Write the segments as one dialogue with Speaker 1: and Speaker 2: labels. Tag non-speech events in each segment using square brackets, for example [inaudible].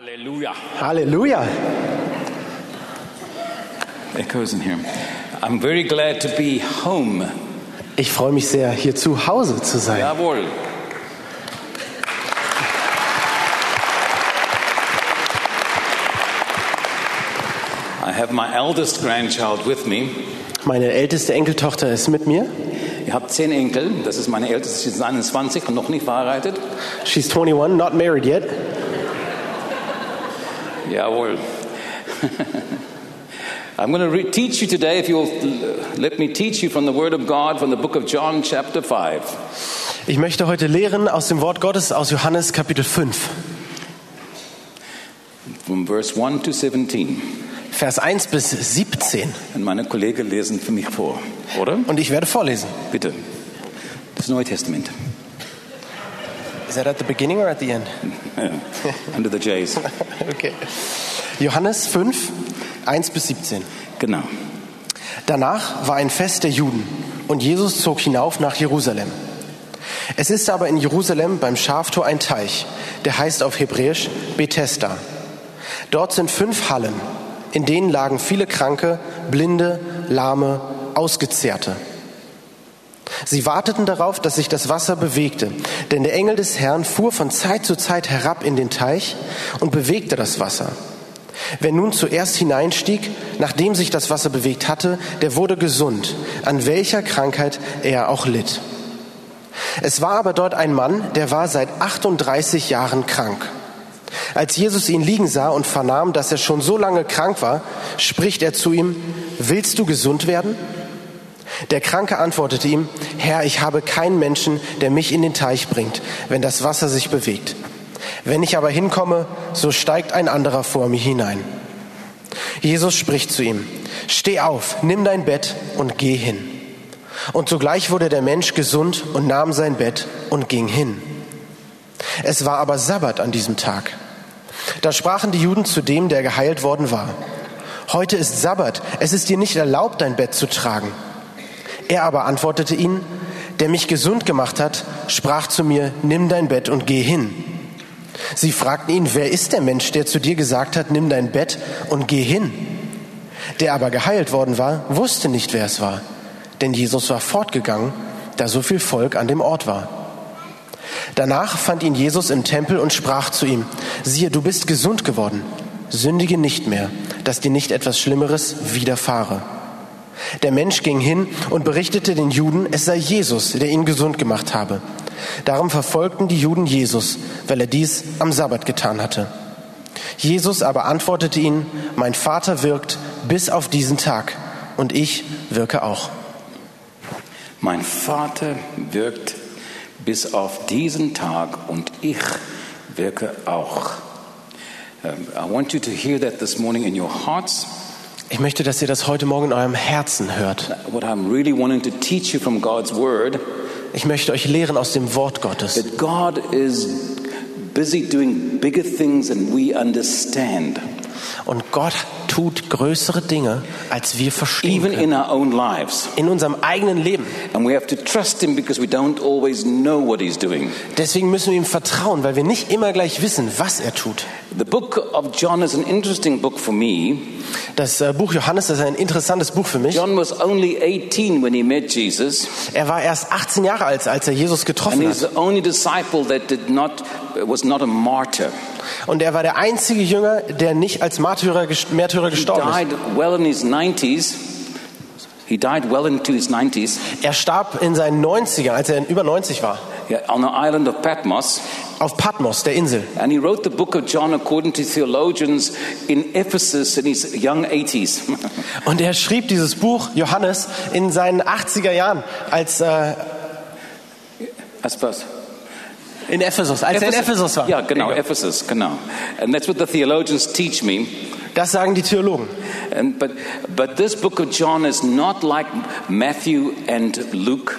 Speaker 1: Hallelujah.
Speaker 2: Halleluja.
Speaker 1: It goes in here. I'm very glad to be home.
Speaker 2: Ich freue mich sehr, hier zu Hause zu sein.
Speaker 1: Jawohl. I have my eldest grandchild with me.
Speaker 2: Meine älteste Enkeltochter ist mit mir.
Speaker 1: Ich habe zehn Enkel. Das ist meine älteste. Sie ist 21 und noch nicht verheiratet.
Speaker 2: She's 21, not married yet.
Speaker 1: Jawohl. [laughs] I'm going to re- teach you today, if you'll uh, let me teach you from the Word of God, from the book of John, chapter 5.
Speaker 2: Ich möchte heute lehren aus dem Wort Gottes aus Johannes Kapitel 5,
Speaker 1: From verse 1 to 17.
Speaker 2: Vers 1 bis 17.
Speaker 1: Und meine Kollegen lesen für mich vor, oder?
Speaker 2: Und ich werde vorlesen.
Speaker 1: Bitte. Das Neue Testament.
Speaker 2: Is that at the beginning or at the end?
Speaker 1: Under the J's.
Speaker 2: Okay. Johannes 5, 1 bis 17.
Speaker 1: Genau.
Speaker 2: Danach war ein Fest der Juden und Jesus zog hinauf nach Jerusalem. Es ist aber in Jerusalem beim Schaftor ein Teich, der heißt auf Hebräisch Bethesda. Dort sind fünf Hallen, in denen lagen viele Kranke, Blinde, Lahme, Ausgezehrte. Sie warteten darauf, dass sich das Wasser bewegte, denn der Engel des Herrn fuhr von Zeit zu Zeit herab in den Teich und bewegte das Wasser. Wer nun zuerst hineinstieg, nachdem sich das Wasser bewegt hatte, der wurde gesund, an welcher Krankheit er auch litt. Es war aber dort ein Mann, der war seit 38 Jahren krank. Als Jesus ihn liegen sah und vernahm, dass er schon so lange krank war, spricht er zu ihm, Willst du gesund werden? Der Kranke antwortete ihm, Herr, ich habe keinen Menschen, der mich in den Teich bringt, wenn das Wasser sich bewegt. Wenn ich aber hinkomme, so steigt ein anderer vor mir hinein. Jesus spricht zu ihm, Steh auf, nimm dein Bett und geh hin. Und sogleich wurde der Mensch gesund und nahm sein Bett und ging hin. Es war aber Sabbat an diesem Tag. Da sprachen die Juden zu dem, der geheilt worden war. Heute ist Sabbat, es ist dir nicht erlaubt, dein Bett zu tragen. Er aber antwortete ihnen, der mich gesund gemacht hat, sprach zu mir, nimm dein Bett und geh hin. Sie fragten ihn, wer ist der Mensch, der zu dir gesagt hat, nimm dein Bett und geh hin? Der aber geheilt worden war, wusste nicht, wer es war, denn Jesus war fortgegangen, da so viel Volk an dem Ort war. Danach fand ihn Jesus im Tempel und sprach zu ihm, siehe, du bist gesund geworden, sündige nicht mehr, dass dir nicht etwas Schlimmeres widerfahre. Der Mensch ging hin und berichtete den Juden, es sei Jesus, der ihn gesund gemacht habe. Darum verfolgten die Juden Jesus, weil er dies am Sabbat getan hatte. Jesus aber antwortete ihnen, mein Vater wirkt bis auf diesen Tag und ich wirke auch.
Speaker 1: Mein Vater wirkt bis auf diesen Tag und ich wirke auch. Um, I want you to hear that this morning in your hearts.
Speaker 2: Ich möchte, dass ihr das heute Morgen in eurem Herzen hört.
Speaker 1: What I'm really wanting to teach you from God's Word
Speaker 2: Ich möchte euch lehren aus dem Wort Gottes,
Speaker 1: that God is busy doing bigger things than we understand,
Speaker 2: Und Gott tut größere Dinge, als wir verstehen
Speaker 1: even
Speaker 2: können.
Speaker 1: in our own lives.
Speaker 2: In unserem eigenen Leben.
Speaker 1: And we have to trust Him because we don't always know what He's doing.
Speaker 2: Deswegen müssen wir ihm vertrauen, weil wir nicht immer gleich wissen, was er tut.
Speaker 1: The book of John is an interesting book for me.
Speaker 2: Das äh, Buch Johannes ist ein interessantes Buch für mich.
Speaker 1: John was only 18 when he met Jesus.
Speaker 2: Er war erst 18 Jahre alt, als er Jesus
Speaker 1: And
Speaker 2: getroffen
Speaker 1: he's
Speaker 2: hat.
Speaker 1: the only disciple that did not, was not a martyr.
Speaker 2: Und er war der einzige Jünger, der nicht als Märtyrer, gest- Märtyrer
Speaker 1: He
Speaker 2: gestorben ist.
Speaker 1: died well in his 90s. He died well into his 90s
Speaker 2: Er starb in seinen 90ern, als er über 90 war,
Speaker 1: yeah, on the island of Patmos.
Speaker 2: auf Patmos, der Insel.
Speaker 1: And he wrote the book of John, according to theologians, in Ephesus in his young 80s.
Speaker 2: Und er schrieb dieses Buch Johannes in seinen 80er Jahren, als äh,
Speaker 1: [laughs] I suppose.
Speaker 2: in Ephesus, als er in Ephesus war.
Speaker 1: Yeah, genau, Ephesus, genau. And that's what the theologians teach me.
Speaker 2: Das sagen die Theologen.
Speaker 1: And, but, but this book of John is not like Matthew and Luke.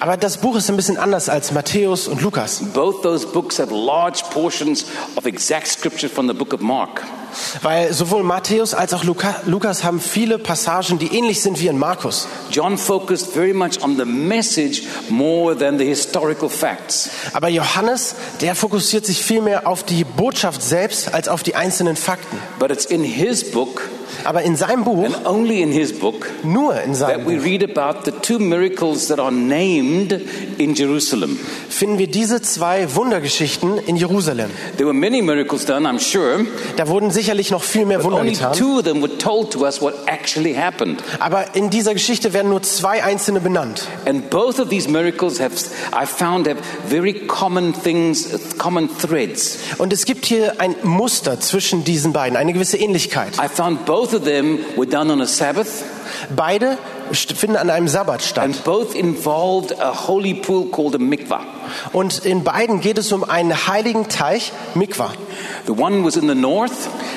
Speaker 2: Aber das Buch ist ein bisschen anders als Matthäus und Lukas.
Speaker 1: Both those books have large portions of exact scripture from the book of Mark.
Speaker 2: Weil sowohl Matthäus als auch Luca, Lukas haben viele Passagen, die ähnlich sind wie in Markus.
Speaker 1: John focused very much on the message more than the historical facts.
Speaker 2: Aber Johannes, der fokussiert sich viel mehr auf die Botschaft selbst als auf die einzelnen Fakten.
Speaker 1: But it's in his book,
Speaker 2: Aber in seinem Buch,
Speaker 1: and only in his book,
Speaker 2: nur in
Speaker 1: that
Speaker 2: seinem
Speaker 1: we
Speaker 2: Buch,
Speaker 1: read about the two miracles that are named in Jerusalem.
Speaker 2: finden wir diese zwei Wundergeschichten in Jerusalem.
Speaker 1: There were many miracles done, I'm sure.
Speaker 2: Da wurden sicherlich noch viel mehr Wunder
Speaker 1: Only
Speaker 2: getan.
Speaker 1: two of them were told to us what actually happened.
Speaker 2: Aber in dieser Geschichte werden nur zwei einzelne benannt.
Speaker 1: And both of these miracles have, I found, have very common things, common threads.
Speaker 2: Und es gibt hier ein Muster zwischen diesen beiden, eine gewisse Ähnlichkeit.
Speaker 1: I found both of them were done on a Sabbath,
Speaker 2: Beide st- finden an einem Sabbat
Speaker 1: and
Speaker 2: statt.
Speaker 1: both involved a holy pool called a mikvah.
Speaker 2: Und in beiden geht es um einen heiligen Teich, Mikwa.
Speaker 1: The one was in the north,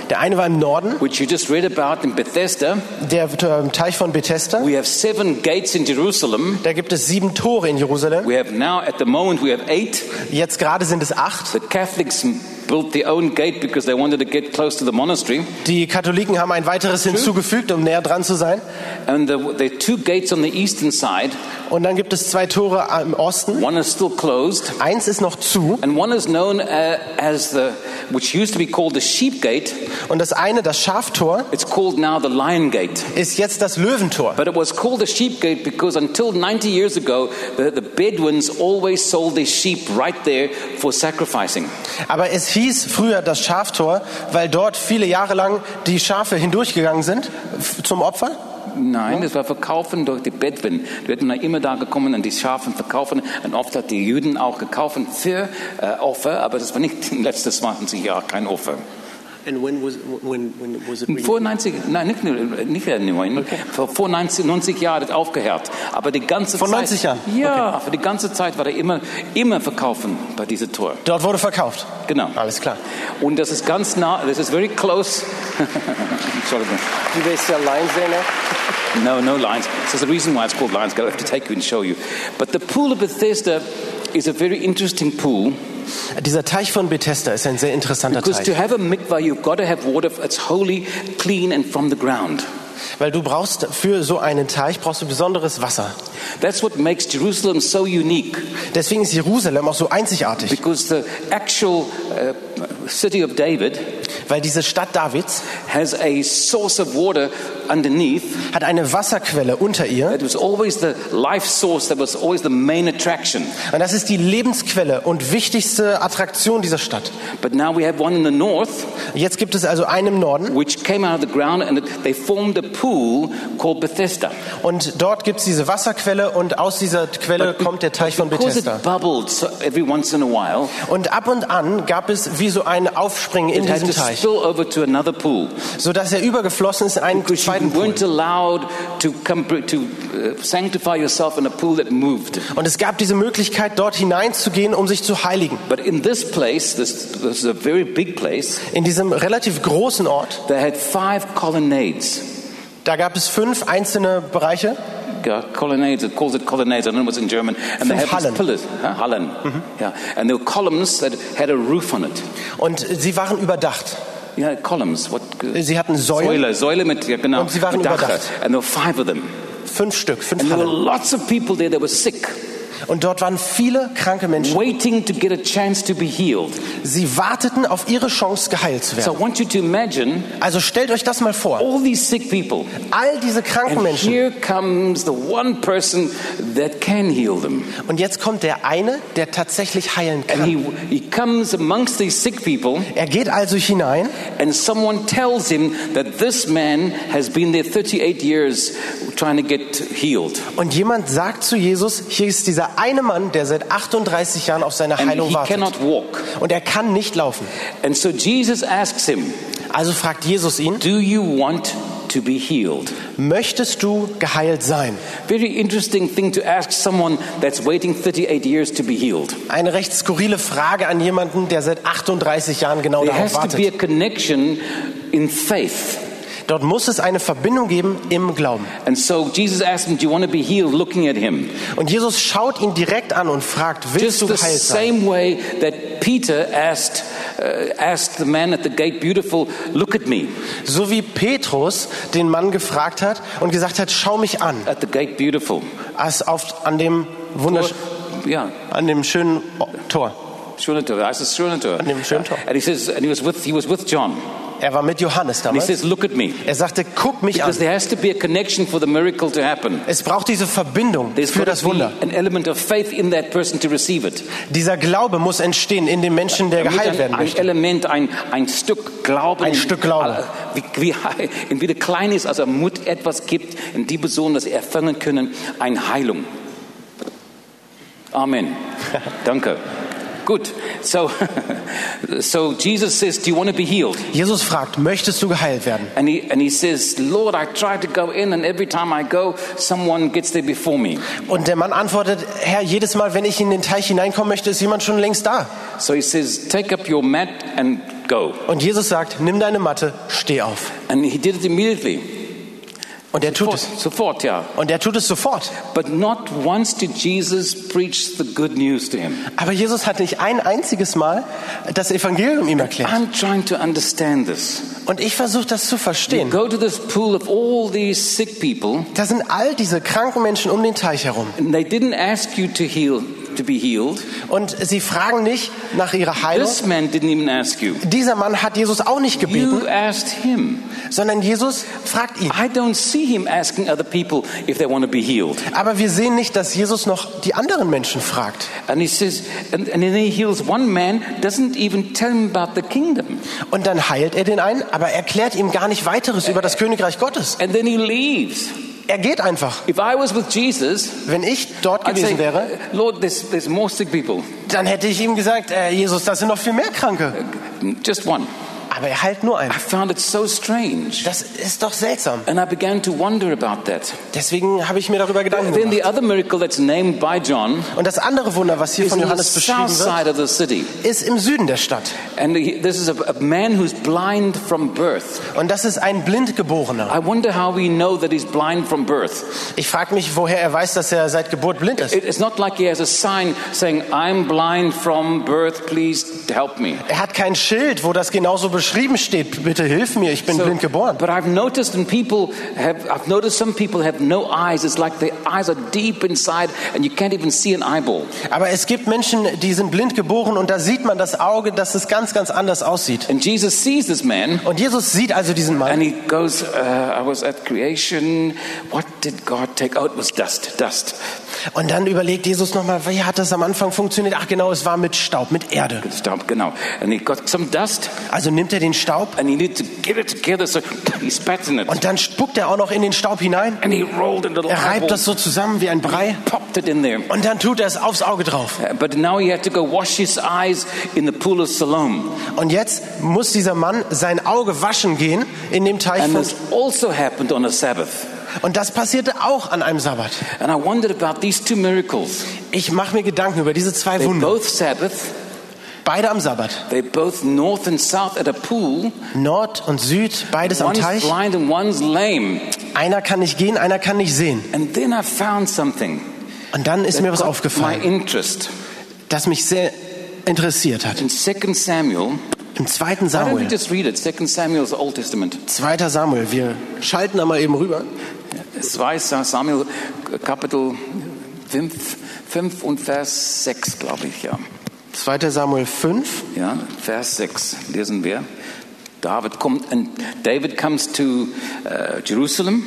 Speaker 2: Der eine war im Norden,
Speaker 1: which you just read about in Bethesda.
Speaker 2: der ähm, Teich von Bethesda.
Speaker 1: We have seven gates in Jerusalem.
Speaker 2: Da gibt es sieben Tore in Jerusalem.
Speaker 1: We have now, at the moment, we have eight.
Speaker 2: Jetzt gerade sind es acht.
Speaker 1: The Catholics built their own gate because they wanted to get close to the monastery.
Speaker 2: Die Katholiken haben ein weiteres hinzugefügt, um näher dran zu sein.
Speaker 1: And the, the two gates on the eastern side,
Speaker 2: Und dann gibt es zwei Tore im Osten.
Speaker 1: one is still closed,
Speaker 2: Eins ist noch zu
Speaker 1: and one is known uh, as the, which used to be called the sheep gate.
Speaker 2: und das eine, das Schaftor,
Speaker 1: It's called now the lion gate.
Speaker 2: ist jetzt das Löwentor.
Speaker 1: But it was called the sheep gate because until 90 years ago, the, the Bedouins always sold their sheep right there for sacrificing.
Speaker 2: Aber es hieß früher das Schaftor, weil dort viele Jahre lang die Schafe hindurchgegangen sind f- zum Opfer.
Speaker 1: Nein, das war verkaufen durch die Bedouin. Die hätten immer da gekommen und die Schafen verkaufen. Und oft hat die Juden auch gekauft für äh, Opfer, aber das war [laughs] nicht in den letzten 20 Jahren kein Opfer.
Speaker 3: And when was when when was it?
Speaker 1: Vor 90, nein, nicht, nur- nicht der neuen, vor, vor 90, 90 Jahren hat aufgehört. Aber die ganze
Speaker 2: Vor
Speaker 1: Zeit.
Speaker 2: 90 Jahren?
Speaker 1: Ja, für die ganze Zeit war er immer, immer verkaufen bei dieser Tor.
Speaker 2: Dort wurde verkauft.
Speaker 1: Genau.
Speaker 2: Alles klar.
Speaker 1: Und das ist ganz nah, das ist very close. [laughs] Entschuldigung.
Speaker 2: Du bist ja ne? Leinsänger.
Speaker 1: No, no lions. So there's a reason why it's called Lions Gate. I have to take you and show you. But the pool of Bethesda is a very interesting pool
Speaker 2: Dieser Teich von Bethesda ist ein sehr interessanter
Speaker 1: because to
Speaker 2: Teich,
Speaker 1: have a mikvah, you've got to have water that's holy, clean, and from the ground.
Speaker 2: weil du brauchst für so einen Teich brauchst du besonderes Wasser.
Speaker 1: That's what makes Jerusalem so unique
Speaker 2: Deswegen ist Jerusalem auch so einzigartig,
Speaker 1: because the actual uh, city of David
Speaker 2: weil diese Stadt Davids
Speaker 1: has a source of water underneath
Speaker 2: hat eine Wasserquelle unter ihr
Speaker 1: that was always the life source that was always the main attraction.
Speaker 2: und das ist die Lebensquelle und wichtigste Attraktion dieser Stadt.
Speaker 1: But now we have one in the north
Speaker 2: Jetzt gibt es also einen im Norden
Speaker 1: which came out of the ground and it- they formed a pool called Bethesda.
Speaker 2: Und dort gibt es diese Wasserquelle und aus dieser Quelle kommt der Teich von
Speaker 1: Because
Speaker 2: Bethesda.
Speaker 1: it bubbled so every once in a while,
Speaker 2: Und ab und an gab es wie so ein Aufspringen in
Speaker 1: it had
Speaker 2: diesem
Speaker 1: to
Speaker 2: Teich,
Speaker 1: spill over to another pool.
Speaker 2: sodass er übergeflossen ist in einen
Speaker 1: Because you
Speaker 2: zweiten Pool.
Speaker 1: weren't allowed to, come, to uh, sanctify yourself in a pool that moved.
Speaker 2: Und es gab diese Möglichkeit, dort hineinzugehen, um sich zu heiligen.
Speaker 1: But in this place, this, this is a very big place,
Speaker 2: In diesem relativ großen Ort,
Speaker 1: they had five colonnades.
Speaker 2: da gab es flex einzelne Bereiche,
Speaker 1: Yeah, Colonnades, it calls it colonnades, I don't know what's in German. And they
Speaker 2: Fünf
Speaker 1: had these
Speaker 2: Hallen. Mm-hmm.
Speaker 1: pillars, huh? Hallen. Yeah. And there were columns that had a roof on it.
Speaker 2: und sie waren überdacht.
Speaker 1: Yeah, columns. What,
Speaker 2: Sie hatten Säulen,
Speaker 1: Säule, Säule mit, ja genau,
Speaker 2: Und sie waren
Speaker 1: mit Dach.
Speaker 2: überdacht.
Speaker 1: And there were five of them.
Speaker 2: fünf Stück, fünf
Speaker 1: And there were
Speaker 2: Hallen.
Speaker 1: lots of people there that were sick,
Speaker 2: Und dort waren viele kranke Menschen.
Speaker 1: waiting to get a chance to be healed.
Speaker 2: Sie warteten auf ihre Chance, geheilt zu
Speaker 1: So I
Speaker 2: werden.
Speaker 1: want you to imagine
Speaker 2: Also stellt euch das mal vor.
Speaker 1: all these sick people.
Speaker 2: All diese kranken
Speaker 1: Oh. And
Speaker 2: Menschen.
Speaker 1: here comes the one person that can heal them.
Speaker 2: Und jetzt kommt der eine, der tatsächlich heilen
Speaker 1: And
Speaker 2: kann.
Speaker 1: he, he comes amongst these sick people,
Speaker 2: Er geht also hinein
Speaker 1: and someone tells him that this man has been there 38 years trying to get healed.
Speaker 2: und jemand sagt zu Jesus, hier ist dieser eine Mann, der seit 38 Jahren auf seine
Speaker 1: And
Speaker 2: Heilung
Speaker 1: he
Speaker 2: wartet.
Speaker 1: cannot walk.
Speaker 2: Und er kann nicht laufen.
Speaker 1: And so Jesus asks him,
Speaker 2: Also fragt Jesus ihn,
Speaker 1: Do you want to be healed?
Speaker 2: möchtest du geheilt sein?
Speaker 1: Very interesting thing to ask someone that's waiting 38 years to be healed.
Speaker 2: Eine recht skurrile Frage an jemanden, der seit 38 Jahren genau
Speaker 1: There
Speaker 2: darauf
Speaker 1: has to be
Speaker 2: wartet.
Speaker 1: a connection in faith.
Speaker 2: Dort muss es eine Verbindung geben im Glauben.
Speaker 1: And so Jesus asked him, Do you want to be healed? Looking at him.
Speaker 2: Und Jesus schaut ihn direkt an und fragt, willst
Speaker 1: Just
Speaker 2: du
Speaker 1: the
Speaker 2: geheilt sein?
Speaker 1: same way that Peter asked uh, asked the man at the gate, Beautiful, look at me.
Speaker 2: So wie Petrus den Mann gefragt hat und gesagt hat, schau mich an,
Speaker 1: At the gate, Beautiful.
Speaker 2: als auf, an, dem wundersch
Speaker 1: Yeah,
Speaker 2: an dem schönen O- Tor.
Speaker 1: Shunator. I said, Shunator.
Speaker 2: Neben Schöntor.
Speaker 1: And he says, and he was with, he was with John.
Speaker 2: Er war mit Johannes
Speaker 1: And he
Speaker 2: damals.
Speaker 1: says, Look at me.
Speaker 2: Er sagte, guck mich
Speaker 1: Because
Speaker 2: an.
Speaker 1: there has to be a connection for the miracle to happen.
Speaker 2: Es braucht diese Verbindung
Speaker 1: There's
Speaker 2: für
Speaker 1: got
Speaker 2: das
Speaker 1: to be
Speaker 2: Wunder.
Speaker 1: an element of faith in that person to receive it.
Speaker 2: Dieser Glaube muss entstehen in dem Menschen, der
Speaker 1: Er muss
Speaker 2: geheilt
Speaker 1: ein,
Speaker 2: werden
Speaker 1: ein
Speaker 2: möchte.
Speaker 1: Element, ein, ein Stück Glauben. Äh,
Speaker 2: Ein Stück Glaube.
Speaker 1: Wie, wie, [laughs] und wie klein ist, also Mut etwas gibt, in die Person, dass sie erfangen können, eine Heilung. Amen.
Speaker 2: [laughs]
Speaker 1: Danke. Gut. So, [laughs] so Jesus says, do you want to be healed?
Speaker 2: Jesus fragt, möchtest du geheilt werden?
Speaker 1: And he, and he says, Lord, I try to go in and every time I go, someone gets there before me.
Speaker 2: Und der Mann antwortet, Herr, jedes Mal, wenn ich in den Teich hineinkommen möchte, ist jemand schon längst da.
Speaker 1: So he says, take up your mat and go.
Speaker 2: Und Jesus sagt, nimm deine Matte, steh auf.
Speaker 1: And he did it immediately.
Speaker 2: Und er tut
Speaker 1: Sofort,
Speaker 2: es.
Speaker 1: sofort, ja.
Speaker 2: Und er tut es sofort.
Speaker 1: But not once did Jesus preach the good news to him.
Speaker 2: Aber Jesus hat nicht ein einziges Mal das Evangelium ihm erklärt.
Speaker 1: I'm trying to understand this.
Speaker 2: Und ich versuche das zu verstehen.
Speaker 1: Go to this pool of all these sick people,
Speaker 2: Da sind all diese kranken Menschen um den Teich herum.
Speaker 1: and they didn't ask you to heal, to be healed.
Speaker 2: Und sie fragen nicht nach ihrer Heilung.
Speaker 1: This man didn't even ask you.
Speaker 2: Dieser Mann hat Jesus auch nicht gebeten,
Speaker 1: You asked him.
Speaker 2: sondern Jesus fragt ihn.
Speaker 1: I don't see him asking other people if they want to be healed.
Speaker 2: Aber wir sehen nicht, dass Jesus noch die anderen Menschen fragt.
Speaker 1: And he says, and, and then he heals one man, doesn't even tell him about the kingdom.
Speaker 2: Und dann heilt er den einen, aber erklärt ihm gar nicht weiteres über das Königreich Gottes.
Speaker 1: And then he leaves.
Speaker 2: Er geht einfach.
Speaker 1: If I was with Jesus,
Speaker 2: Wenn ich dort
Speaker 1: I'd say,
Speaker 2: gewesen wäre,
Speaker 1: Lord, there's, there's more sick people.
Speaker 2: dann hätte ich ihm gesagt, äh, Jesus, das sind noch viel mehr Kranke.
Speaker 1: Just one.
Speaker 2: Aber er heilt nur einen.
Speaker 1: I found it so strange.
Speaker 2: Das ist doch seltsam.
Speaker 1: And I began to wonder about that.
Speaker 2: Deswegen habe ich mir darüber Gedanken
Speaker 1: Then
Speaker 2: gemacht.
Speaker 1: the other miracle that's named by John
Speaker 2: Und das andere Wunder, was hier
Speaker 1: is
Speaker 2: von
Speaker 1: on the
Speaker 2: Johannes
Speaker 1: south
Speaker 2: beschrieben wird,
Speaker 1: side of the city.
Speaker 2: ist im Süden der Stadt.
Speaker 1: And he, this is a, a man who's blind from birth.
Speaker 2: Und das ist ein Blindgeborener.
Speaker 1: I wonder how we know that he's blind from birth.
Speaker 2: Ich frage mich, woher er weiß, dass er seit Geburt blind ist.
Speaker 1: It- It's not like he has a sign saying, I'm blind from birth, please help me.
Speaker 2: Er hat kein Schild, wo das genauso beschrieben steht. Bitte hilf mir, ich bin
Speaker 1: So-
Speaker 2: blind geboren.
Speaker 1: But I've noticed, and people have, I've noticed some people have no eyes. It's like their eyes are deep inside, and you can't even see an eyeball.
Speaker 2: Aber es gibt Menschen, die sind blind geboren und da sieht man das Auge, dass es ganz, ganz anders aussieht.
Speaker 1: And Jesus sees this man,
Speaker 2: Und Jesus sieht also diesen Mann
Speaker 1: and he goes, uh, I was at creation. What did God take? Oh, it was dust, dust.
Speaker 2: und dann überlegt Jesus nochmal, wie hat das am Anfang funktioniert? Ach genau, es war mit Staub, mit Erde.
Speaker 1: Stop, genau. And he got some dust,
Speaker 2: Also nimmt er den Staub
Speaker 1: and he needed to get it together, so he spat in it.
Speaker 2: und dann spuckt er auch noch in den Staub hinein.
Speaker 1: And he rolled a little
Speaker 2: Er reibt
Speaker 1: eyeball,
Speaker 2: das so zusammen wie ein Brei
Speaker 1: popped it in there.
Speaker 2: und dann tut er es aufs Auge drauf.
Speaker 1: Uh, But now he had to go wash his eyes in the pool of Siloam.
Speaker 2: Und jetzt muss dieser Mann sein Auge waschen gehen in dem Teich.
Speaker 1: And
Speaker 2: Von,
Speaker 1: this also happened on a Sabbath.
Speaker 2: und das passierte auch an einem Sabbat.
Speaker 1: And I wondered about these two miracles.
Speaker 2: Ich mache mir Gedanken über diese zwei
Speaker 1: They're
Speaker 2: Wunder.
Speaker 1: both Sabbath.
Speaker 2: Beide am Sabbat.
Speaker 1: They're both north and south at a pool.
Speaker 2: Nord und Süd, beides am
Speaker 1: One's
Speaker 2: Teich.
Speaker 1: blind and one's lame.
Speaker 2: Einer kann nicht gehen, einer kann nicht sehen.
Speaker 1: And then I found something.
Speaker 2: Und dann ist mir was
Speaker 1: got My
Speaker 2: aufgefallen,
Speaker 1: interest.
Speaker 2: das mich sehr interessiert hat.
Speaker 1: In 2 Samuel,
Speaker 2: Im zweiten
Speaker 1: why don't we
Speaker 2: Samuel,
Speaker 1: just read it? 2 Samuel is the Old Testament.
Speaker 2: zweiter Samuel, wir schalten da mal eben rüber.
Speaker 1: 2 Samuel, Kapitel 5, 5 und Vers 6, glaube ich, ja.
Speaker 2: Zweiter Samuel 5.
Speaker 1: Ja, Vers 6 lesen wir. David kommt, and David comes to uh, Jerusalem.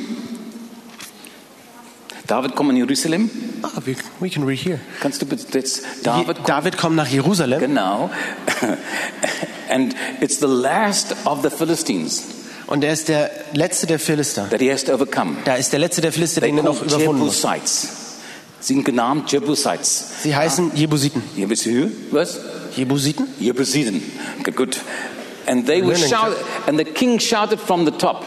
Speaker 1: David kommt in Jerusalem.
Speaker 2: Ah, we, we can read here.
Speaker 1: Kannst du bitte jetzt
Speaker 2: David,
Speaker 1: David
Speaker 2: Je, David kommt nach Jerusalem
Speaker 1: genau. [laughs] And it's the last of the Philistines
Speaker 2: und er ist der letzte der Philister.
Speaker 1: that he has to overcome.
Speaker 2: Da ist der letzte der Philister, den er noch überwunden muss.
Speaker 1: Jebusites. Sie sind genannt Jebusites.
Speaker 2: Sie
Speaker 1: Ah.
Speaker 2: heißen Jebusiten.
Speaker 1: Jebusiten? Was?
Speaker 2: Jebusiten?
Speaker 1: Jebusiten. Okay, good. And they were
Speaker 2: Learning.
Speaker 1: shout, and the king shouted from the top.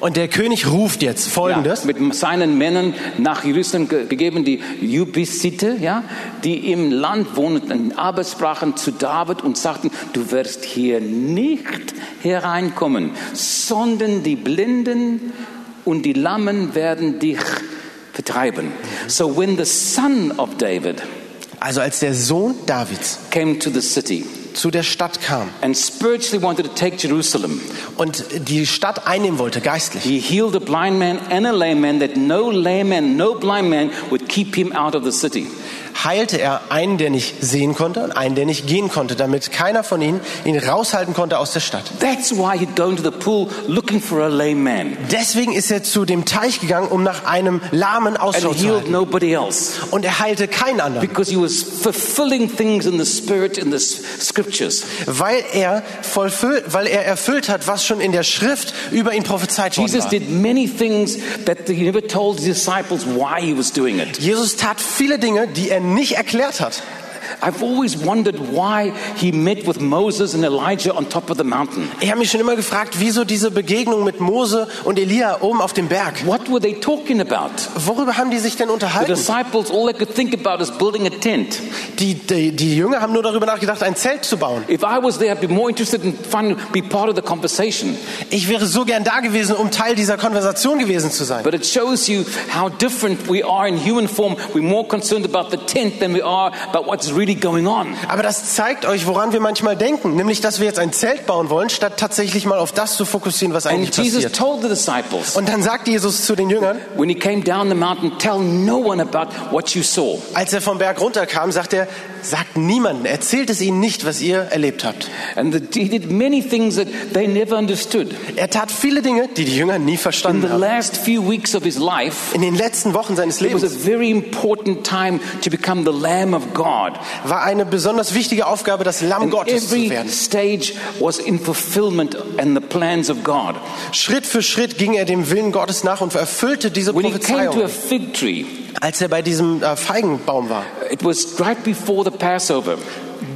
Speaker 2: Und der König ruft jetzt folgendes.
Speaker 1: Ja, Ah, mit seinen Männern nach Jerusalem ge gegeben, die Jubisite, ja, die im Land wohnten, aber sprachen zu David und sagten, du wirst hier nicht hereinkommen, sondern die Blinden und die Lammen werden dich vertreiben. So when the son of David
Speaker 2: Also als der Sohn Davids
Speaker 1: came to the city,
Speaker 2: zu der Stadt kam
Speaker 1: and spiritually wanted to take Jerusalem.
Speaker 2: und die Stadt einnehmen wollte, geistlich.
Speaker 1: He healed a blind man and a lame man that no lame man, no blind man would keep him out of the city.
Speaker 2: heilte er einen, der nicht sehen konnte und einen, der nicht gehen konnte, damit keiner von ihnen ihn raushalten konnte aus der Stadt.
Speaker 1: That's why he'd go into the pool looking for a lame man
Speaker 2: Deswegen ist er zu dem Teich gegangen, um nach einem Lahmen
Speaker 1: and
Speaker 2: Ausschau zu
Speaker 1: healed
Speaker 2: halten.
Speaker 1: nobody else
Speaker 2: Und er heilte keinen anderen,
Speaker 1: because he was fulfilling things in the spirit in the s- scriptures.
Speaker 2: weil er, vollfüll, weil er erfüllt hat, was schon in der Schrift über ihn prophezeit worden
Speaker 1: Jesus
Speaker 2: war.
Speaker 1: did many things that he never told his disciples why he was doing it.
Speaker 2: Jesus tat viele Dinge, die er nicht erklärt hat.
Speaker 1: I've always wondered why he met with Moses and Elijah on top of the mountain.
Speaker 2: Ich habe mich schon immer gefragt, wieso diese Begegnung mit Mose und Elia oben auf dem Berg.
Speaker 1: What were they talking about?
Speaker 2: Worüber haben die sich denn
Speaker 1: The
Speaker 2: unterhalten?
Speaker 1: disciples, all they could think about is building a tent.
Speaker 2: Die, die, die Jünger haben nur darüber nachgedacht, ein Zelt zu bauen.
Speaker 1: If I was there, I'd be more interested in finding, be part of the conversation.
Speaker 2: Ich wäre so gern da gewesen, um Teil dieser Konversation gewesen zu sein.
Speaker 1: But it shows you how different we are in human form. We're more concerned about the tent than we are about what's really going on.
Speaker 2: Aber das zeigt euch, woran wir manchmal denken, nämlich, dass wir jetzt ein Zelt bauen wollen, statt tatsächlich mal auf das zu fokussieren, was
Speaker 1: And
Speaker 2: eigentlich
Speaker 1: Jesus
Speaker 2: passiert.
Speaker 1: told the disciples
Speaker 2: Und dann sagt Jesus zu den Jüngern,
Speaker 1: when he came down the mountain, tell no one about what you saw.
Speaker 2: als er vom Berg runterkam, sagt er, sagt niemandem, erzählt es ihnen nicht, was ihr erlebt habt.
Speaker 1: And the, he did many things that they never understood.
Speaker 2: Er tat viele Dinge, die die Jünger nie
Speaker 1: In
Speaker 2: verstanden
Speaker 1: the
Speaker 2: haben.
Speaker 1: last few weeks of his life,
Speaker 2: In den letzten Wochen seines
Speaker 1: it was a
Speaker 2: Lebens
Speaker 1: very important time to become the Lamb of God.
Speaker 2: war eine besonders wichtige Aufgabe, das Lamm
Speaker 1: And
Speaker 2: Gottes zu
Speaker 1: every
Speaker 2: werden.
Speaker 1: stage was in fulfillment and the plans of God.
Speaker 2: Schritt für Schritt ging er dem Willen Gottes nach und erfüllte diese
Speaker 1: When he came to a
Speaker 2: Prophezeiung,
Speaker 1: fig tree,
Speaker 2: als er bei diesem äh, Feigenbaum war.
Speaker 1: it was right before the Passover,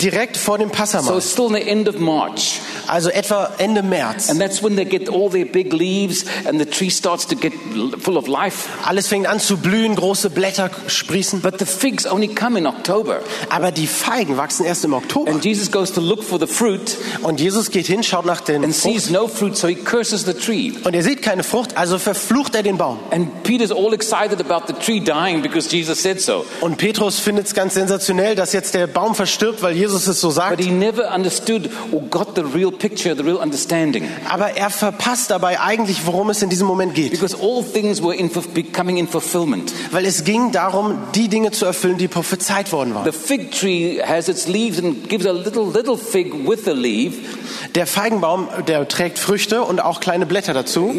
Speaker 2: direkt vor dem
Speaker 1: so
Speaker 2: Passamal,
Speaker 1: still in the end of March.
Speaker 2: also etwa Ende März.
Speaker 1: And that's when they get all their big leaves and the tree starts to get l- full of life.
Speaker 2: Alles fängt an zu blühen, große Blätter sprießen,
Speaker 1: But the figs only come in October.
Speaker 2: aber die Feigen wachsen erst im Oktober.
Speaker 1: And Jesus goes to look for the fruit
Speaker 2: Und Jesus geht hin, schaut nach den
Speaker 1: and
Speaker 2: Frucht
Speaker 1: sees no fruit, so he curses the tree.
Speaker 2: und er sieht keine Frucht, also verflucht er den Baum.
Speaker 1: And Peter's all excited about the tree dying because Jesus said so.
Speaker 2: Und Petrus findet es ganz sensationell, dass jetzt der Baum verstirbt, weil Jesus es so
Speaker 1: But
Speaker 2: sagt.
Speaker 1: he never understood or got the real picture, the real understanding.
Speaker 2: Aber er verpasst dabei eigentlich, worum es in diesem Moment geht.
Speaker 1: Because all things were in, becoming in fulfillment.
Speaker 2: Weil es ging darum, die Dinge zu erfüllen, die prophezeit worden waren.
Speaker 1: The fig tree has its leaves and gives a little, little fig with the leaf.
Speaker 2: Der Feigenbaum, der trägt Früchte und auch kleine Blätter dazu.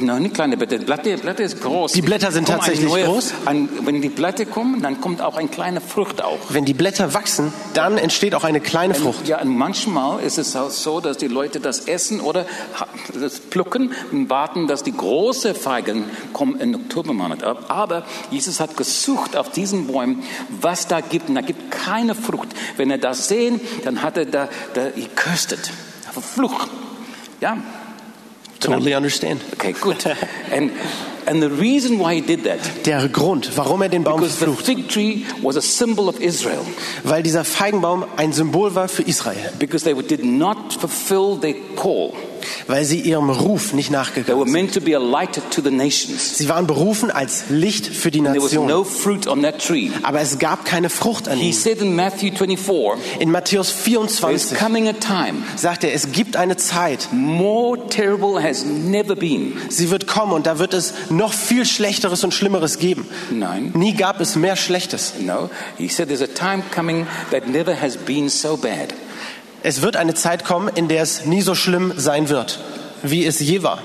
Speaker 1: No, nicht Äh, kleine Blätter. Blätter, Blätter ist groß.
Speaker 2: Die Blätter sind
Speaker 1: Kommt ein
Speaker 2: tatsächlich
Speaker 1: neuer-
Speaker 2: groß.
Speaker 1: Ein, wenn die Blätter kommen, dann kommt auch eine kleine Frucht auch.
Speaker 2: Wenn die Blätter wachsen, dann entsteht auch eine kleine Frucht.
Speaker 1: Ja, und manchmal ist es auch so, dass die Leute das essen oder ha- das plucken und warten, dass die große Feigen kommen im Oktobermonat. ab. Aber Jesus hat gesucht auf diesen Bäumen, was da gibt. Und da gibt keine Frucht. Wenn er das sehen, dann hat er da, da geköstet. Verflucht. Ja,
Speaker 2: Totally understand.
Speaker 1: okay, gut. And, and the reason why he did that,
Speaker 2: Der Grund, warum er den Baum
Speaker 1: because the
Speaker 2: verflucht,
Speaker 1: fig tree was a symbol of Israel.
Speaker 2: weil dieser Feigenbaum ein Symbol war für Israel,
Speaker 1: Because they did not fulfill their call.
Speaker 2: weil sie ihrem Ruf nicht
Speaker 1: They were
Speaker 2: nachgegangen sind.
Speaker 1: meant to be a light to the nations.
Speaker 2: Sie waren berufen als Licht für die
Speaker 1: There was
Speaker 2: Nation,
Speaker 1: no fruit on that tree.
Speaker 2: aber es gab keine Frucht an
Speaker 1: He
Speaker 2: ihnen.
Speaker 1: said in Matthew 24,
Speaker 2: In Matthäus
Speaker 1: there's
Speaker 2: 24
Speaker 1: coming a time
Speaker 2: sagt er, es gibt eine Zeit,
Speaker 1: more terrible has never been.
Speaker 2: sie wird kommen und da wird es noch viel Schlechteres und Schlimmeres geben.
Speaker 1: Nein.
Speaker 2: Nie gab es mehr Schlechtes.
Speaker 1: No, he said there's a time coming that never has been so bad.
Speaker 2: Es wird eine Zeit kommen, in der es nie so schlimm sein wird, wie es je war.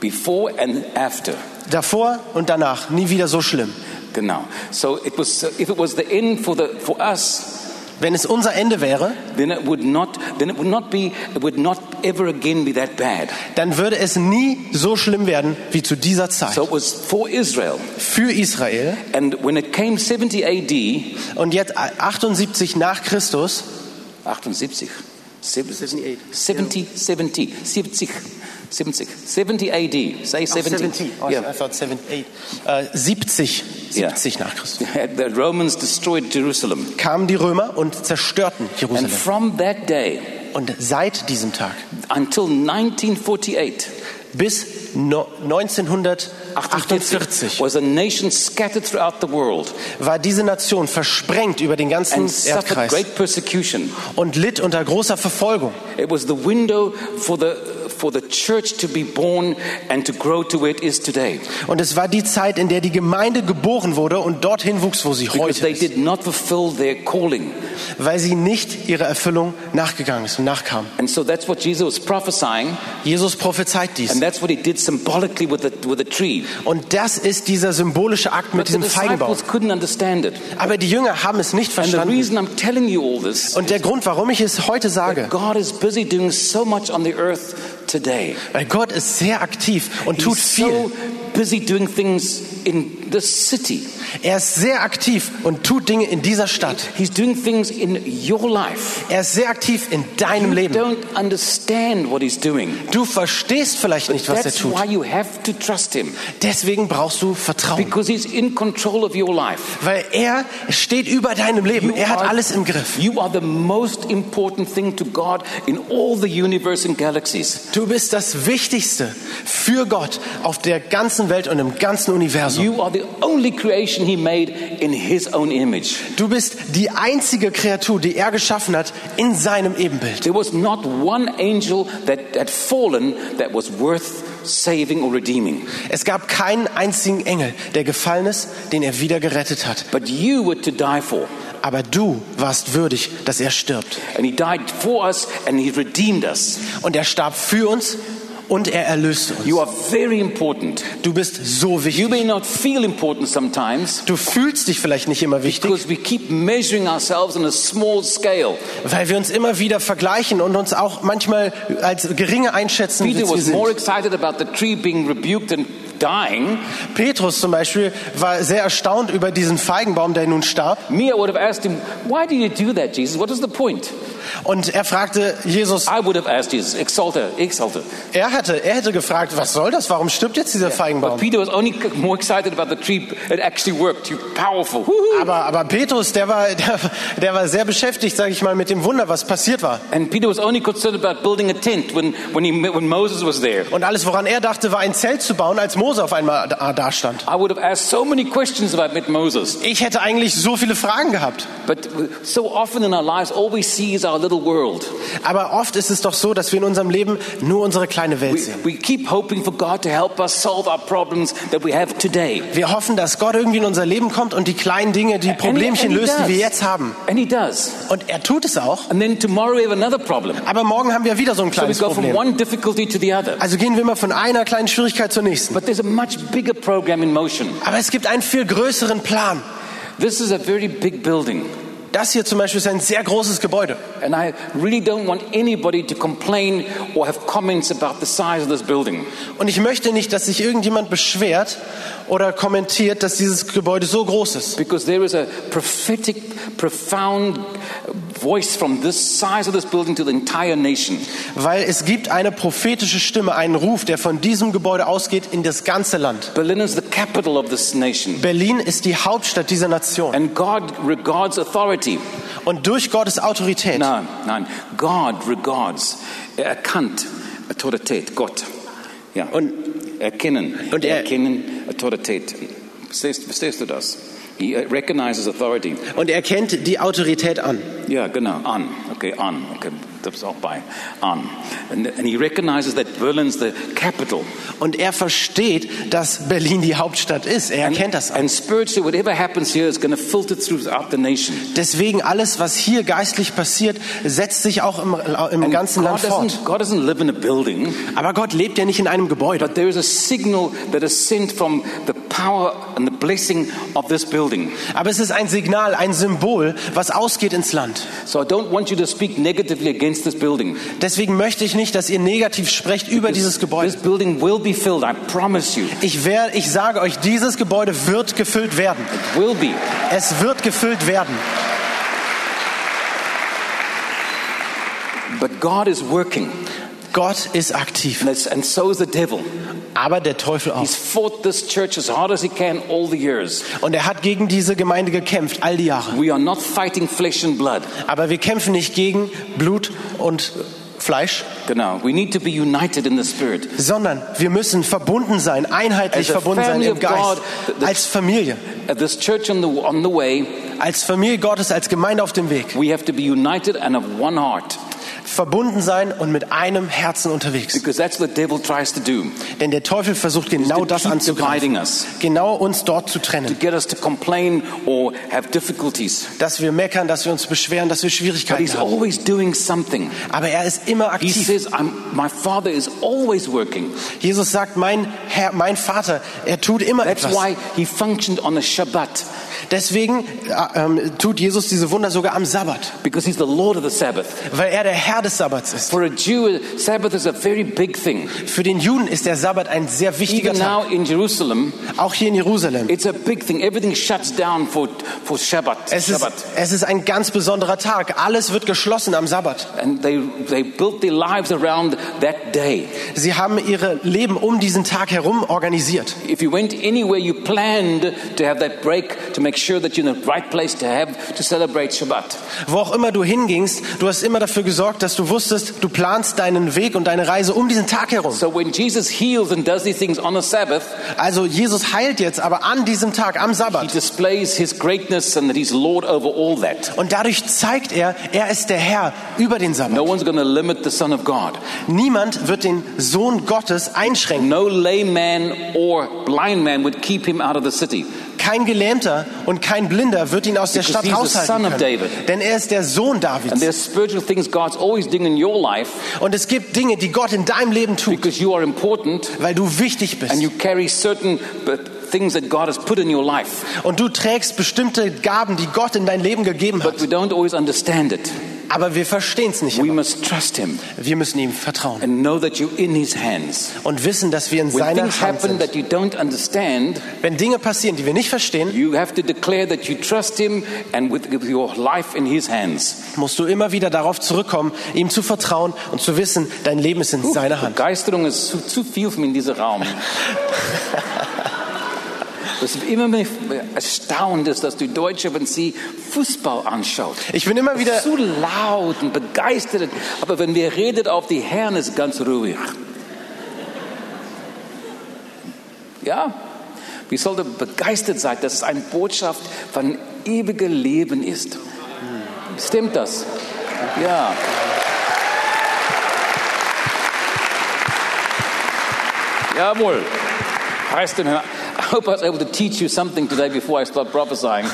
Speaker 1: Before and after.
Speaker 2: Davor und danach nie wieder so schlimm.
Speaker 1: Genau. So it was, if it was the end for, the, for us,
Speaker 2: Wenn es unser Ende wäre,
Speaker 1: then it would not, then it would not be, it would not ever again be that bad.
Speaker 2: dann würde es nie so schlimm werden wie zu dieser Zeit.
Speaker 1: So it was for Israel.
Speaker 2: Für Israel.
Speaker 1: And when it came 70 AD,
Speaker 2: Und jetzt 78 nach Christus,
Speaker 1: 78,
Speaker 3: 78.
Speaker 1: 70, 70, 70, 70, 70 AD, say 70.
Speaker 2: Oh,
Speaker 1: Yeah.
Speaker 2: I thought 78. Äh, 70, 70 nach Christus,
Speaker 1: The Romans destroyed Jerusalem.
Speaker 2: kamen die Römer und zerstörten
Speaker 1: And
Speaker 2: Jerusalem.
Speaker 1: from that day
Speaker 2: Und seit diesem Tag
Speaker 1: until 1948,
Speaker 2: bis no, 1948
Speaker 1: 48
Speaker 2: 48
Speaker 1: was a nation scattered throughout the world
Speaker 2: war diese Nation versprengt über den ganzen
Speaker 1: and suffered
Speaker 2: Erdkreis
Speaker 1: great persecution.
Speaker 2: und litt unter großer Verfolgung.
Speaker 1: It was the window for the for the church to be born and to grow to where it is today.
Speaker 2: Und es war die Zeit, in der die Gemeinde geboren wurde und dorthin wuchs, wo sie
Speaker 1: Because
Speaker 2: heute
Speaker 1: they
Speaker 2: ist,
Speaker 1: did not fulfill their calling.
Speaker 2: weil sie nicht ihrer Erfüllung nachgegangen ist und nachkam.
Speaker 1: And so that's what Jesus was prophesying,
Speaker 2: Jesus prophezeit dies.
Speaker 1: and that's what he did symbolically with the, with the tree.
Speaker 2: Und das ist dieser symbolische Akt
Speaker 1: But
Speaker 2: mit
Speaker 1: the
Speaker 2: dem Feigenbaum.
Speaker 1: disciples couldn't understand it.
Speaker 2: Aber die Jünger haben es nicht
Speaker 1: And the
Speaker 2: verstanden.
Speaker 1: reason I'm telling you all this,
Speaker 2: Und der Grund, warum ich es heute sage,
Speaker 1: that God is busy doing so much on the earth today.
Speaker 2: weil Gott ist sehr aktiv und tut
Speaker 1: He's so
Speaker 2: viel.
Speaker 1: busy doing things in this city.
Speaker 2: Er ist sehr aktiv und tut Dinge in dieser Stadt.
Speaker 1: He's doing things in your life.
Speaker 2: Er ist sehr aktiv in deinem
Speaker 1: You
Speaker 2: Leben.
Speaker 1: don't understand what he's doing.
Speaker 2: Du verstehst vielleicht nicht, was er
Speaker 1: That's
Speaker 2: tut. Oh.
Speaker 1: why you have to trust him
Speaker 2: Deswegen brauchst du Vertrauen,
Speaker 1: because he's in control of your life.
Speaker 2: weil er steht über deinem Leben.
Speaker 1: You
Speaker 2: Er hat
Speaker 1: are-
Speaker 2: alles im Griff.
Speaker 1: You are the most important thing to God in all the universe and galaxies.
Speaker 2: Du bist das Wichtigste für Gott auf der ganzen Welt und im ganzen Universum.
Speaker 1: You are the only creation he made in his own image.
Speaker 2: Du bist die einzige Kreatur, die er geschaffen hat in seinem Ebenbild.
Speaker 1: There was not one angel that had fallen that was worth saving or redeeming.
Speaker 2: Es gab keinen einzigen Engel, der gefallen ist, den er wieder gerettet hat.
Speaker 1: But you were to die for.
Speaker 2: Aber du warst würdig, dass er stirbt.
Speaker 1: And he died for us and he redeemed us.
Speaker 2: Und er starb für uns und er erlöste uns.
Speaker 1: You are very important.
Speaker 2: Du bist so
Speaker 1: You
Speaker 2: wichtig.
Speaker 1: may not feel important sometimes
Speaker 2: Du fühlst dich vielleicht nicht immer wichtig,
Speaker 1: because we keep measuring ourselves on a small scale.
Speaker 2: weil wir uns immer wieder vergleichen und uns auch manchmal als geringe einschätzen,
Speaker 1: Peter
Speaker 2: als wir
Speaker 1: was more
Speaker 2: sind.
Speaker 1: excited about the tree being rebuked and dying.
Speaker 2: Petrus zum Beispiel war sehr erstaunt über diesen Feigenbaum, der nun starb.
Speaker 1: Me, I would have asked him, Why do you do that, Jesus? What is the point?
Speaker 2: Und er fragte Jesus,
Speaker 1: I would have asked Jesus, Exalter, Exalter.
Speaker 2: er, hatte, er hätte gefragt, was soll das? Warum stirbt jetzt dieser
Speaker 1: But
Speaker 2: Feigenbaum?
Speaker 1: Peter was only more excited about the tree. It actually worked. You powerful. Woo-hoo.
Speaker 2: Aber, aber Petrus, der war, der, der war sehr beschäftigt, sage ich mal, mit dem Wunder, was passiert war.
Speaker 1: And Peter was only concerned about building a tent when, when, he, when Moses was there.
Speaker 2: Und alles, woran er dachte, war ein Zelt zu bauen, als Mose auf einmal da, da stand.
Speaker 1: I would have asked so many questions about met Moses.
Speaker 2: Ich hätte eigentlich so viele Fragen gehabt.
Speaker 1: But so often in our lives, all we see is our little world.
Speaker 2: Aber oft ist es doch so, dass wir in unserem Leben nur unsere kleine Welt
Speaker 1: We,
Speaker 2: sehen.
Speaker 1: we keep hoping for God to help us solve our problems that we have today.
Speaker 2: Wir hoffen, dass Gott irgendwie in unser Leben kommt und die kleinen Dinge,
Speaker 1: Äh,
Speaker 2: die Problemchen löst, die wir jetzt haben.
Speaker 1: And He does.
Speaker 2: Und er tut es auch.
Speaker 1: And then tomorrow we have another problem.
Speaker 2: Aber morgen haben wir wieder so ein
Speaker 1: So we
Speaker 2: kleines
Speaker 1: go from
Speaker 2: Problem.
Speaker 1: one difficulty to the other.
Speaker 2: Also gehen wir immer von einer kleinen Schwierigkeit zur nächsten.
Speaker 1: But there's a much bigger program in motion.
Speaker 2: Aber es gibt einen viel größeren Plan.
Speaker 1: This is a very big building.
Speaker 2: Das hier zum Beispiel ist ein sehr großes Gebäude.
Speaker 1: And I really don't want anybody to complain or have comments about the size of this building.
Speaker 2: Und ich möchte nicht, dass sich irgendjemand beschwert oder kommentiert, dass dieses Gebäude so groß ist.
Speaker 1: Because there is a prophetic, profound voice from this size of this building to the entire nation.
Speaker 2: Weil es gibt eine prophetische Stimme, einen Ruf, der von diesem Gebäude ausgeht in das ganze Land.
Speaker 1: Berlin is the capital of this nation.
Speaker 2: Berlin ist die Hauptstadt dieser Nation.
Speaker 1: And God regards authority.
Speaker 2: Und durch Gottes Autorität,
Speaker 1: No, no. God regards. Er erkannt Autorität. Gott. Ja. Eh,
Speaker 2: Und-
Speaker 1: erkennen.
Speaker 2: Und er-
Speaker 1: erkennen Autorität. Verstehst, verstehst du das? He uh, recognizes authority.
Speaker 2: und er kennt die Autorität an.
Speaker 1: Ja, genau. An. Okay, an. Okay, das ist auch bei. An. And, and he recognizes that Berlin's the capital.
Speaker 2: Und er versteht, dass Berlin die Hauptstadt ist. Er
Speaker 1: And-
Speaker 2: erkennt das an.
Speaker 1: And spiritually, whatever happens here is going to filter throughout the nation.
Speaker 2: Deswegen alles, was hier geistlich passiert, setzt sich auch im, im
Speaker 1: And
Speaker 2: ganzen
Speaker 1: God
Speaker 2: Land fort.
Speaker 1: doesn't, God doesn't live in a building,
Speaker 2: Aber Gott lebt ja nicht in einem Gebäude.
Speaker 1: but there is a signal that is sent from the power and the blessing of this building.
Speaker 2: Aber es ist ein Signal, ein Symbol, was ausgeht ins Land.
Speaker 1: So I don't want you to speak negatively against this building.
Speaker 2: Deswegen möchte ich nicht, dass ihr negativ sprecht über dieses
Speaker 1: This
Speaker 2: Gebäude.
Speaker 1: building will be filled, I promise you.
Speaker 2: Ich, wer, ich sage euch, dieses Gebäude wird gefüllt werden.
Speaker 1: It will be.
Speaker 2: Es wird gefüllt werden.
Speaker 1: But God is working,
Speaker 2: Gott ist aktiv,
Speaker 1: and, it's, and so is the devil.
Speaker 2: aber der Teufel auch.
Speaker 1: He's fought this church as hard as he can all the years.
Speaker 2: Und er hat gegen diese Gemeinde gekämpft, all die Jahre.
Speaker 1: We are not fighting flesh and blood.
Speaker 2: Aber wir kämpfen nicht gegen Blut und Fleisch,
Speaker 1: Genau. We need to be united in the Spirit.
Speaker 2: sondern wir müssen verbunden sein, einheitlich
Speaker 1: As a
Speaker 2: verbunden sein
Speaker 1: family
Speaker 2: im
Speaker 1: of
Speaker 2: Geist,
Speaker 1: God, the-
Speaker 2: als Familie,
Speaker 1: At this church on the, on the way,
Speaker 2: als Familie Gottes, als Gemeinde auf dem Weg.
Speaker 1: we have to be united and of one heart
Speaker 2: Verbunden sein und mit einem Herzen unterwegs.
Speaker 1: because that's what the devil tries to do.
Speaker 2: Denn der Teufel versucht genau
Speaker 1: to
Speaker 2: das
Speaker 1: keep
Speaker 2: anzugreifen,
Speaker 1: dividing us,
Speaker 2: genau uns dort zu
Speaker 1: to
Speaker 2: trennen.
Speaker 1: get us to complain or have difficulties.
Speaker 2: Dass wir meckern, dass wir uns beschweren, dass wir
Speaker 1: But
Speaker 2: Schwierigkeiten
Speaker 1: he's
Speaker 2: haben.
Speaker 1: always doing something.
Speaker 2: Aber er ist immer
Speaker 1: He
Speaker 2: aktiv.
Speaker 1: says, I'm, My Father is always working.
Speaker 2: Jesus sagt, mein Herr, mein Vater, er tut immer
Speaker 1: That's
Speaker 2: etwas.
Speaker 1: why he functioned on a Shabbat
Speaker 2: Deswegen äh, ähm, tut Jesus diese Wunder sogar am Sabbat,
Speaker 1: because he's the Lord of the Sabbath.
Speaker 2: weil er der Herr des Sabbats ist.
Speaker 1: For a Jew, Sabbath is a very big thing.
Speaker 2: Für den Juden ist der Sabbat ein sehr wichtiger
Speaker 1: Even
Speaker 2: Tag,
Speaker 1: now in Jerusalem,
Speaker 2: auch hier in Jerusalem.
Speaker 1: it's a big thing. Everything shuts down for, for Shabbat.
Speaker 2: Es ist,
Speaker 1: Shabbat.
Speaker 2: es ist ein ganz besonderer Tag. Alles wird geschlossen am Sabbat.
Speaker 1: And they, they built their lives around that day.
Speaker 2: Sie haben ihre Leben um diesen Tag herum organisiert.
Speaker 1: If you went anywhere, you planned to have that break to make sure that you're in the right place to have to celebrate Shabbat.
Speaker 2: Wo auch immer du hingingst, du hast immer dafür gesorgt, dass du wusstest, du planst deinen Weg und deine Reise um diesen Tag herum.
Speaker 1: So when Jesus heals and does these things on a Sabbath,
Speaker 2: Also Jesus heilt jetzt, aber an diesem Tag, am
Speaker 1: he
Speaker 2: Sabbat.
Speaker 1: displays his greatness and that he's Lord over all that.
Speaker 2: Und dadurch zeigt er, er ist der Herr über den Sabbat.
Speaker 1: No one's going to limit the Son of God.
Speaker 2: Niemand wird den Sohn Gottes einschränken.
Speaker 1: No layman or blind man would keep him out of the city.
Speaker 2: Kein Gelähmter und kein Blinder wird ihn aus der
Speaker 1: Because
Speaker 2: Stadt
Speaker 1: he's the son
Speaker 2: raushalten
Speaker 1: of
Speaker 2: können.
Speaker 1: David.
Speaker 2: Denn er ist der Sohn
Speaker 1: And
Speaker 2: Davids.
Speaker 1: there's spiritual things God's always doing in your life
Speaker 2: Und es gibt Dinge, die Gott in deinem Leben tut,
Speaker 1: because you are important
Speaker 2: weil du wichtig
Speaker 1: and
Speaker 2: bist.
Speaker 1: you carry certain uh, things that God has put in your life,
Speaker 2: Und du trägst bestimmte Gaben, die Gott in dein Leben gegeben
Speaker 1: but
Speaker 2: hat.
Speaker 1: we don't always understand it.
Speaker 2: Aber wir verstehen es nicht.
Speaker 1: We must trust Him
Speaker 2: Wir müssen ihm vertrauen
Speaker 1: and know that you're in His hands.
Speaker 2: und wissen, dass wir in
Speaker 1: When
Speaker 2: seiner
Speaker 1: things
Speaker 2: Hand
Speaker 1: happen
Speaker 2: sind.
Speaker 1: that you don't understand,
Speaker 2: Wenn Dinge passieren, die wir nicht verstehen,
Speaker 1: you have to declare that you trust Him and with with your life in His hands.
Speaker 2: musst du immer wieder darauf zurückkommen, ihm zu vertrauen und zu wissen, dein Leben ist in seiner Hand.
Speaker 1: Begeisterung ist zu, zu viel für mich in diesem Raum. Was immer mehr erstaunt ist, dass du Deutsche, wenn sie Fußball anschaut,
Speaker 2: Ich bin immer wieder
Speaker 1: zu laut und begeistert. Aber wenn wir redet auf die Herren, ist ganz ruhig. Ja, wir sollten begeistert sein, dass es eine Botschaft von ewigem Leben ist. Stimmt das? Ja. Jawohl. Heißt dem Herrn. I hope I was able to teach you something today before I start prophesying.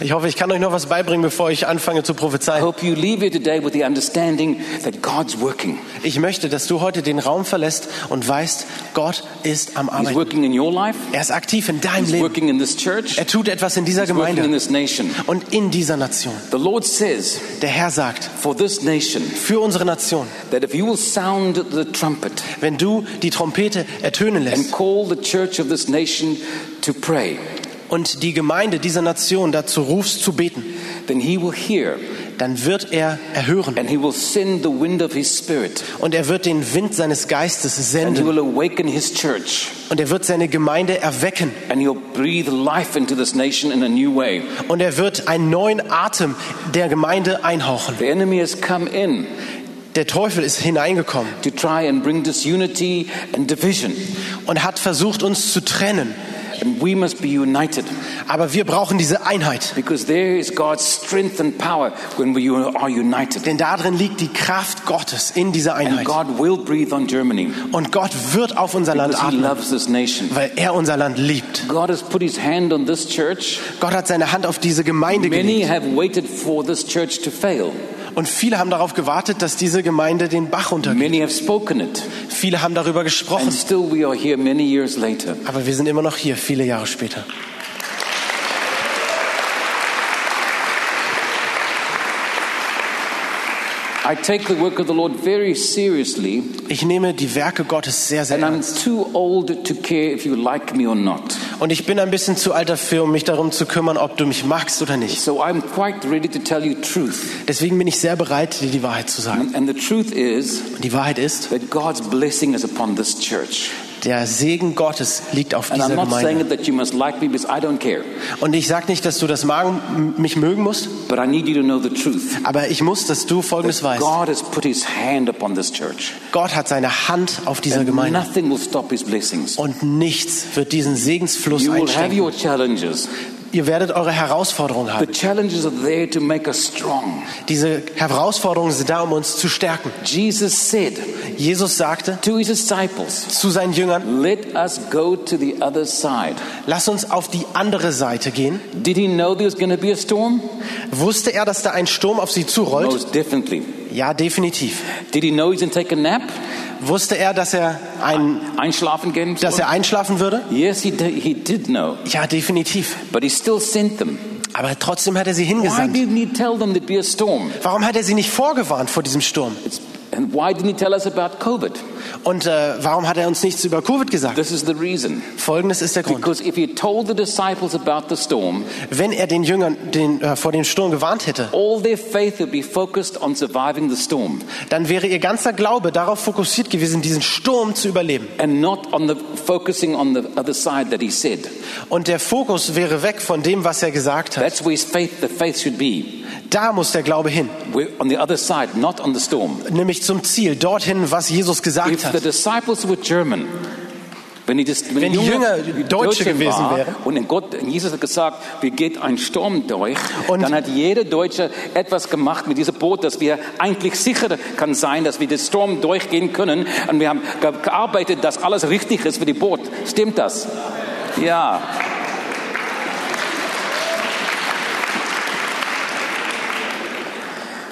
Speaker 2: Ich hoffe, ich kann euch noch was beibringen, bevor ich anfange zu
Speaker 1: I
Speaker 2: prophezeien.
Speaker 1: hope you leave here today with the understanding that God's working.
Speaker 2: Ich möchte, dass du heute den Raum verlässt und weißt, Gott ist am
Speaker 1: He's
Speaker 2: Arbeiten.
Speaker 1: working in your life,
Speaker 2: Er ist aktiv in deinem
Speaker 1: He's
Speaker 2: Leben.
Speaker 1: working in this church,
Speaker 2: Er tut etwas in dieser
Speaker 1: He's working in
Speaker 2: Gemeinde
Speaker 1: this nation.
Speaker 2: und in dieser Nation.
Speaker 1: The Lord says
Speaker 2: Der Herr sagt
Speaker 1: for this nation
Speaker 2: für unsere Nation,
Speaker 1: that if you will sound the trumpet
Speaker 2: wenn du die Trompete ertönen
Speaker 1: and
Speaker 2: lässt
Speaker 1: call the church of this nation to pray,
Speaker 2: und die Gemeinde dieser Nation dazu rufst zu beten,
Speaker 1: then He will hear
Speaker 2: dann wird er erhören
Speaker 1: and He will send the wind of His Spirit
Speaker 2: und er wird den Wind seines Geistes
Speaker 1: and He
Speaker 2: senden
Speaker 1: will awaken His church
Speaker 2: und er wird seine Gemeinde erwecken
Speaker 1: and He'll breathe life into this nation in a new way.
Speaker 2: und er wird einen neuen Atem der Gemeinde einhauchen.
Speaker 1: The enemy has come in
Speaker 2: Der Teufel ist hineingekommen
Speaker 1: to try and bring disunity and division.
Speaker 2: und hat versucht, uns zu trennen.
Speaker 1: And we must be united
Speaker 2: Aber wir brauchen diese Einheit,
Speaker 1: because there is God's strength and power when we are united.
Speaker 2: denn darin liegt die Kraft Gottes in dieser
Speaker 1: And
Speaker 2: Einheit.
Speaker 1: God will breathe on Germany
Speaker 2: Und Gott wird auf unser Land
Speaker 1: because He
Speaker 2: atmen,
Speaker 1: loves this nation.
Speaker 2: weil er unser Land liebt.
Speaker 1: God has put His hand on this church.
Speaker 2: Gott hat seine Hand auf diese Gemeinde
Speaker 1: Many
Speaker 2: gelegt.
Speaker 1: have waited for this church to fail.
Speaker 2: Und viele haben darauf gewartet, dass diese Gemeinde den Bach runtergeht.
Speaker 1: Many have spoken it.
Speaker 2: Viele haben darüber
Speaker 1: And
Speaker 2: gesprochen.
Speaker 1: still we are here many years later.
Speaker 2: Aber wir sind immer noch hier, viele Jahre später.
Speaker 1: I take the work of the Lord very seriously,
Speaker 2: Ich nehme die Werke Gottes sehr, sehr
Speaker 1: and I'm
Speaker 2: ernst.
Speaker 1: too old to care if you like me or not.
Speaker 2: Und ich bin ein bisschen zu alt dafür, um mich darum zu kümmern, ob du mich magst oder nicht.
Speaker 1: So I'm quite ready to tell you truth.
Speaker 2: Deswegen bin ich sehr bereit, dir die Wahrheit zu sagen.
Speaker 1: And and the truth is
Speaker 2: Und die Wahrheit ist,
Speaker 1: that God's blessing is upon this church.
Speaker 2: Der Segen Gottes liegt auf
Speaker 1: And
Speaker 2: dieser
Speaker 1: I'm not saying
Speaker 2: Gemeinde.
Speaker 1: it that you must like me because I don't care,
Speaker 2: Und ich sage nicht, dass du das magen, mich mögen musst,
Speaker 1: but I need you to know the truth.
Speaker 2: aber ich muss, dass du Folgendes weißt.
Speaker 1: God has put his hand upon this church.
Speaker 2: Gott hat seine Hand auf dieser
Speaker 1: And
Speaker 2: Gemeinde.
Speaker 1: nothing will stop his blessings.
Speaker 2: Und nichts wird diesen Segensfluss
Speaker 1: You will have
Speaker 2: einschränken.
Speaker 1: your challenges.
Speaker 2: Ihr werdet eure Herausforderungen
Speaker 1: The
Speaker 2: haben.
Speaker 1: challenges are there to make us strong.
Speaker 2: Diese Herausforderungen sind da, um uns zu stärken.
Speaker 1: Jesus said
Speaker 2: Jesus sagte
Speaker 1: to his disciples,
Speaker 2: zu seinen Jüngern,
Speaker 1: Let us go to the other side.
Speaker 2: lass uns auf die andere Seite gehen.
Speaker 1: Did he know there was going to be a storm?
Speaker 2: Wusste er, dass da ein Sturm auf sie zurollt?
Speaker 1: Most definitely.
Speaker 2: Ja, definitiv.
Speaker 1: Did he know he's going to take a nap?
Speaker 2: Wusste er, dass er, ein,
Speaker 1: Einschlafen gehen?
Speaker 2: dass er einschlafen würde?
Speaker 1: Yes, he did, he did know,
Speaker 2: Ja, definitiv.
Speaker 1: but he still sent them.
Speaker 2: Aber trotzdem hat er sie
Speaker 1: Why
Speaker 2: hingesandt.
Speaker 1: didn't he tell them there'd be a storm?
Speaker 2: Warum hat er sie nicht vorgewarnt vor diesem Sturm?
Speaker 1: It's, and why didn't he tell us about COVID?
Speaker 2: Und äh, warum hat er uns nichts über Covid gesagt?
Speaker 1: This is the reason.
Speaker 2: Folgendes ist der Grund.
Speaker 1: Because if he had told the disciples about the storm,
Speaker 2: Wenn er den Jüngern den, äh, vor dem Sturm gewarnt hätte,
Speaker 1: all their faith would be focused on surviving the storm
Speaker 2: dann wäre ihr ganzer Glaube darauf fokussiert gewesen, diesen Sturm zu überleben.
Speaker 1: and not on the focusing on the other side that he said.
Speaker 2: Und der Fokus wäre weg von dem, was er gesagt hat.
Speaker 1: That's where his faith, the faith should be.
Speaker 2: Da muss der Glaube hin,
Speaker 1: We're on the other side, not on the storm.
Speaker 2: nämlich zum Ziel, dorthin, was Jesus gesagt
Speaker 1: If the
Speaker 2: hat.
Speaker 1: disciples were German, wenn die, Dis-
Speaker 2: Wenn die Jünger Deutsche gewesen
Speaker 1: waren
Speaker 2: wären.
Speaker 1: und in Gott, Jesus hat gesagt, wir geht ein Sturm durch,
Speaker 2: Und-
Speaker 1: dann hat jeder Deutsche etwas gemacht mit diesem Boot, dass wir eigentlich sicher kann sein, dass wir den Sturm durchgehen können. Und wir haben ge- gearbeitet, dass alles richtig ist für die Boot. Stimmt das? Ja.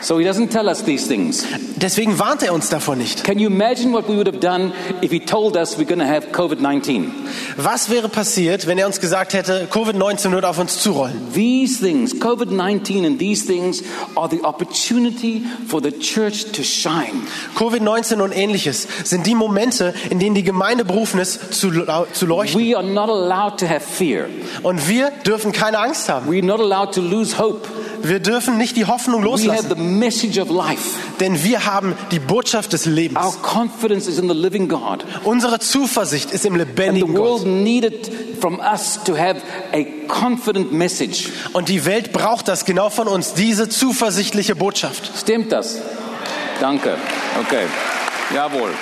Speaker 1: So he doesn't tell us these things.
Speaker 2: Deswegen warnt er uns davor nicht.
Speaker 1: Can you imagine what we would have done if he told us we're going to have COVID 19?
Speaker 2: Was wäre passiert, wenn er uns gesagt hätte, Covid-19 wird auf uns zurollen?
Speaker 1: These things, COVID 19 and these things, are the opportunity for the church to shine.
Speaker 2: Covid-19 und ähnliches sind die Momente, in denen die Gemeinde berufen ist, zu, lau- zu leuchten.
Speaker 1: We are not allowed to have fear.
Speaker 2: Und wir dürfen keine Angst haben.
Speaker 1: We're not allowed to lose hope.
Speaker 2: Wir dürfen nicht die Hoffnung
Speaker 1: We have
Speaker 2: loslassen,
Speaker 1: the message of life.
Speaker 2: denn wir haben die Botschaft des
Speaker 1: Our
Speaker 2: Lebens.
Speaker 1: confidence is in the living God.
Speaker 2: Unsere Zuversicht ist im
Speaker 1: And the
Speaker 2: lebendigen Gott.
Speaker 1: world needed from us to have a confident message.
Speaker 2: Und die Welt braucht das genau von uns, diese zuversichtliche Botschaft.
Speaker 1: Stimmt das? Danke. Okay. Jawohl.